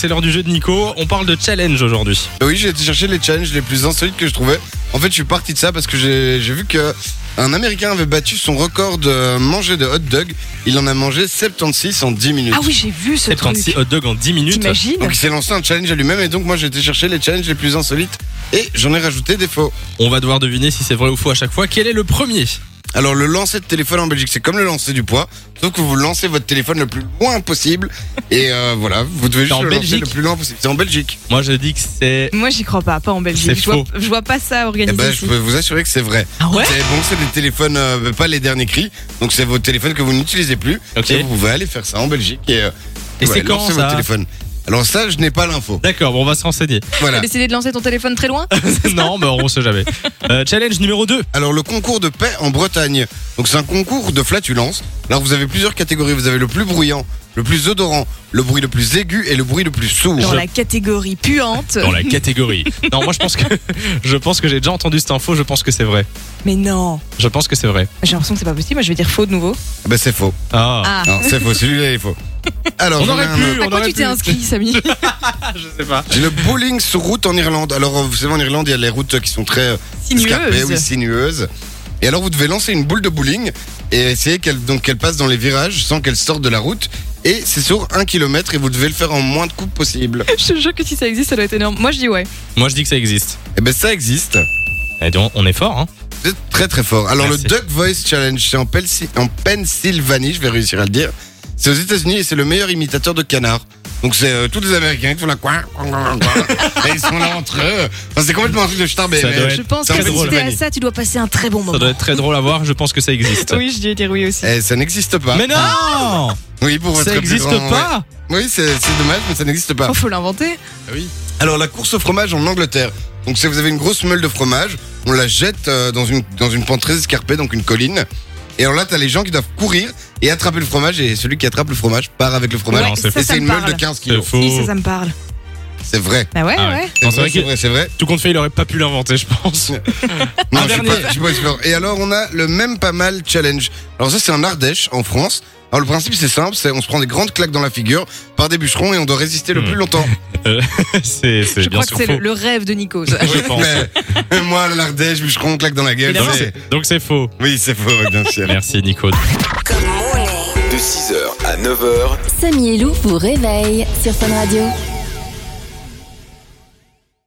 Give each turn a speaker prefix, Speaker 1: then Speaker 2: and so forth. Speaker 1: c'est l'heure du jeu de Nico. On parle de challenge aujourd'hui.
Speaker 2: Bah oui, j'ai été chercher les challenges les plus insolites que je trouvais. En fait, je suis parti de ça parce que j'ai j'ai vu que un Américain avait battu son record de manger de hot dog. Il en a mangé 76 en 10 minutes.
Speaker 3: Ah oui, j'ai vu ce truc.
Speaker 1: 36 hot dogs en 10 minutes.
Speaker 3: T'imagines
Speaker 2: Donc il s'est lancé un challenge à lui-même et donc moi j'ai été chercher les challenges les plus insolites et j'en ai rajouté des faux.
Speaker 1: On va devoir deviner si c'est vrai ou faux à chaque fois. Quel est le premier
Speaker 2: Alors le lancer de téléphone en Belgique c'est comme le lancer du poids, sauf que vous lancez votre téléphone le plus loin possible et euh, voilà, vous devez juste
Speaker 1: en
Speaker 2: le lancer
Speaker 1: Belgique
Speaker 2: le plus loin possible. C'est en Belgique.
Speaker 1: Moi, je dis que c'est.
Speaker 3: Moi, j'y crois pas, pas en Belgique.
Speaker 1: C'est
Speaker 3: Je vois,
Speaker 1: faux. Eh
Speaker 3: je vois pas ça
Speaker 2: Et
Speaker 3: organisé.
Speaker 2: ben
Speaker 3: ici.
Speaker 2: je peux vous assurer que c'est vrai.
Speaker 3: Ah ouais
Speaker 2: C'est bon, c'est des téléphones, euh, pas les derniers cris. Donc c'est vos téléphones que vous n'utilisez plus.
Speaker 1: Ok.
Speaker 2: Et vous pouvez aller faire ça en Belgique et, euh,
Speaker 1: Et
Speaker 2: ouais,
Speaker 1: c'est quand
Speaker 2: lancer
Speaker 1: ça
Speaker 2: votre téléphone. Alors ça, je n'ai pas l'info.
Speaker 1: D'accord, bon, on va se renseigner.
Speaker 3: T'as
Speaker 2: Voilà.
Speaker 3: décidé de lancer ton téléphone très loin
Speaker 1: non, mais on sait jamais. Euh, challenge numéro 2.
Speaker 2: Alors le concours de paix en Bretagne. Donc c'est un concours de flatulence. Alors vous avez plusieurs catégories. Vous avez le plus bruyant, le plus odorant, le bruit le plus aigu et le bruit le plus sourd.
Speaker 3: Dans la catégorie puante.
Speaker 1: Dans la catégorie. non, moi, je pense que je pense que j'ai déjà entendu cette info. Je pense que c'est vrai.
Speaker 3: Mais non,
Speaker 1: Je pense que c'est vrai.
Speaker 3: j'ai l'impression que c'est pas possible. Moi, je vais dire faux de nouveau.
Speaker 2: Ah Ben c'est faux.
Speaker 1: Ah.
Speaker 3: Ah.
Speaker 2: Non, c'est faux. Celui-là il est faux. Alors
Speaker 1: On
Speaker 2: j'en ai
Speaker 1: aurait
Speaker 2: un
Speaker 1: pu,
Speaker 2: autre.
Speaker 1: on
Speaker 3: À quoi
Speaker 1: aurait
Speaker 3: tu
Speaker 1: pu.
Speaker 3: t'es inscrit, Samy
Speaker 1: Ah, je sais pas.
Speaker 2: J'ai le bowling sur route en Irlande. Alors euh, vous savez en Irlande il y a les routes qui sont très euh, Escarpée, oui,
Speaker 3: Sinueuse.
Speaker 2: sinueuse. Et alors, vous devez lancer une boule de bowling et essayer qu'elle donc qu'elle passe dans les virages sans qu'elle sorte de la route. Et c'est sur un kilomètre et vous devez le faire en moins de coups possible.
Speaker 3: Je te jure que si ça existe, ça doit être énorme. Moi, je dis ouais.
Speaker 1: Moi, je dis que ça existe.
Speaker 2: Et ben ça existe.
Speaker 1: Eh, dis donc, on est fort, hein.
Speaker 2: Vous êtes très très fort. Alors
Speaker 1: Merci.
Speaker 2: le Duck Voice Challenge, c'est en, Pelsi- en Pennsylvanie, je vais réussir à le dire. C'est aux États-Unis et c'est le meilleur imitateur de canard. Donc c'est euh, tous les Américains qui font la coin, coin, coin, coin. et ils sont là entre eux. Enfin, c'est complètement un truc de star, mais,
Speaker 1: Ça
Speaker 2: mais-
Speaker 1: doit être
Speaker 3: Je pense
Speaker 2: c'est un
Speaker 3: que
Speaker 2: peu
Speaker 3: si
Speaker 2: drôle,
Speaker 3: t'es à
Speaker 2: Vanny.
Speaker 3: ça, tu dois passer un très bon
Speaker 1: Ça doit
Speaker 3: moment.
Speaker 1: être très drôle à voir. Je pense que ça existe. Ah.
Speaker 3: Oui, Ah. je dis dire oui aussi.
Speaker 2: Eh, ça n'existe pas.
Speaker 1: Mais non
Speaker 2: oui, pour être
Speaker 1: Ça
Speaker 2: plus
Speaker 1: n'existe
Speaker 2: grand, ouais.
Speaker 1: pas
Speaker 2: Oui, c'est c'est dommage, mais ça n'existe
Speaker 1: ben.
Speaker 2: pas.
Speaker 3: Oh, faut l'inventer.
Speaker 1: Ah
Speaker 2: Alors la course au fromage en Angleterre. Donc si vous avez une grosse meule de fromage, on la jette euh, dans une dans une pente très escarpée, donc une colline. Et alors là, t'as les gens qui doivent courir et attraper le fromage. Et celui qui attrape le fromage part avec le fromage.
Speaker 1: Ouais,
Speaker 2: Et
Speaker 1: ça,
Speaker 2: c'est
Speaker 3: ça me
Speaker 2: une meule de
Speaker 3: parle.
Speaker 2: 15
Speaker 1: C'est
Speaker 2: kilos.
Speaker 1: faux.
Speaker 3: Si, ça, ça me parle.
Speaker 2: C'est vrai.
Speaker 3: Bah ouais,
Speaker 1: Ah ouais.
Speaker 3: ouais.
Speaker 2: C'est
Speaker 1: Non, c'est
Speaker 2: vrai,
Speaker 1: vrai
Speaker 2: c'est
Speaker 1: que-
Speaker 2: vrai, c'est vrai.
Speaker 1: Tout compte fait, il aurait pas pu l'inventer, je pense.
Speaker 2: Non,
Speaker 1: Un
Speaker 2: je suis,
Speaker 1: dernier.
Speaker 2: pas, je suis pas expert. Et alors, on a le même pas mal challenge. Alors ça, c'est en Ardèche, en France. Alors le principe, c'est simple, c'est on se prend des grandes claques dans la figure par des bûcherons et on doit résister le
Speaker 1: Hmm.
Speaker 2: plus longtemps.
Speaker 1: c'est c'est
Speaker 3: Je
Speaker 1: bien
Speaker 3: crois
Speaker 1: sûr
Speaker 3: que c'est
Speaker 1: faux.
Speaker 3: le, le rêve de Nico. ça.
Speaker 1: Je pense.
Speaker 2: Mais, moi, l'Ardèche, bûcheron, claque dans la gueule.
Speaker 1: Donc,
Speaker 2: c'est-
Speaker 1: c'est- Donc c'est faux.
Speaker 2: Oui, c'est faux, bien sûr.
Speaker 1: Merci Nico.
Speaker 4: De 6h à 9h,
Speaker 5: Samy et Lou vous réveille sur Fun Radio.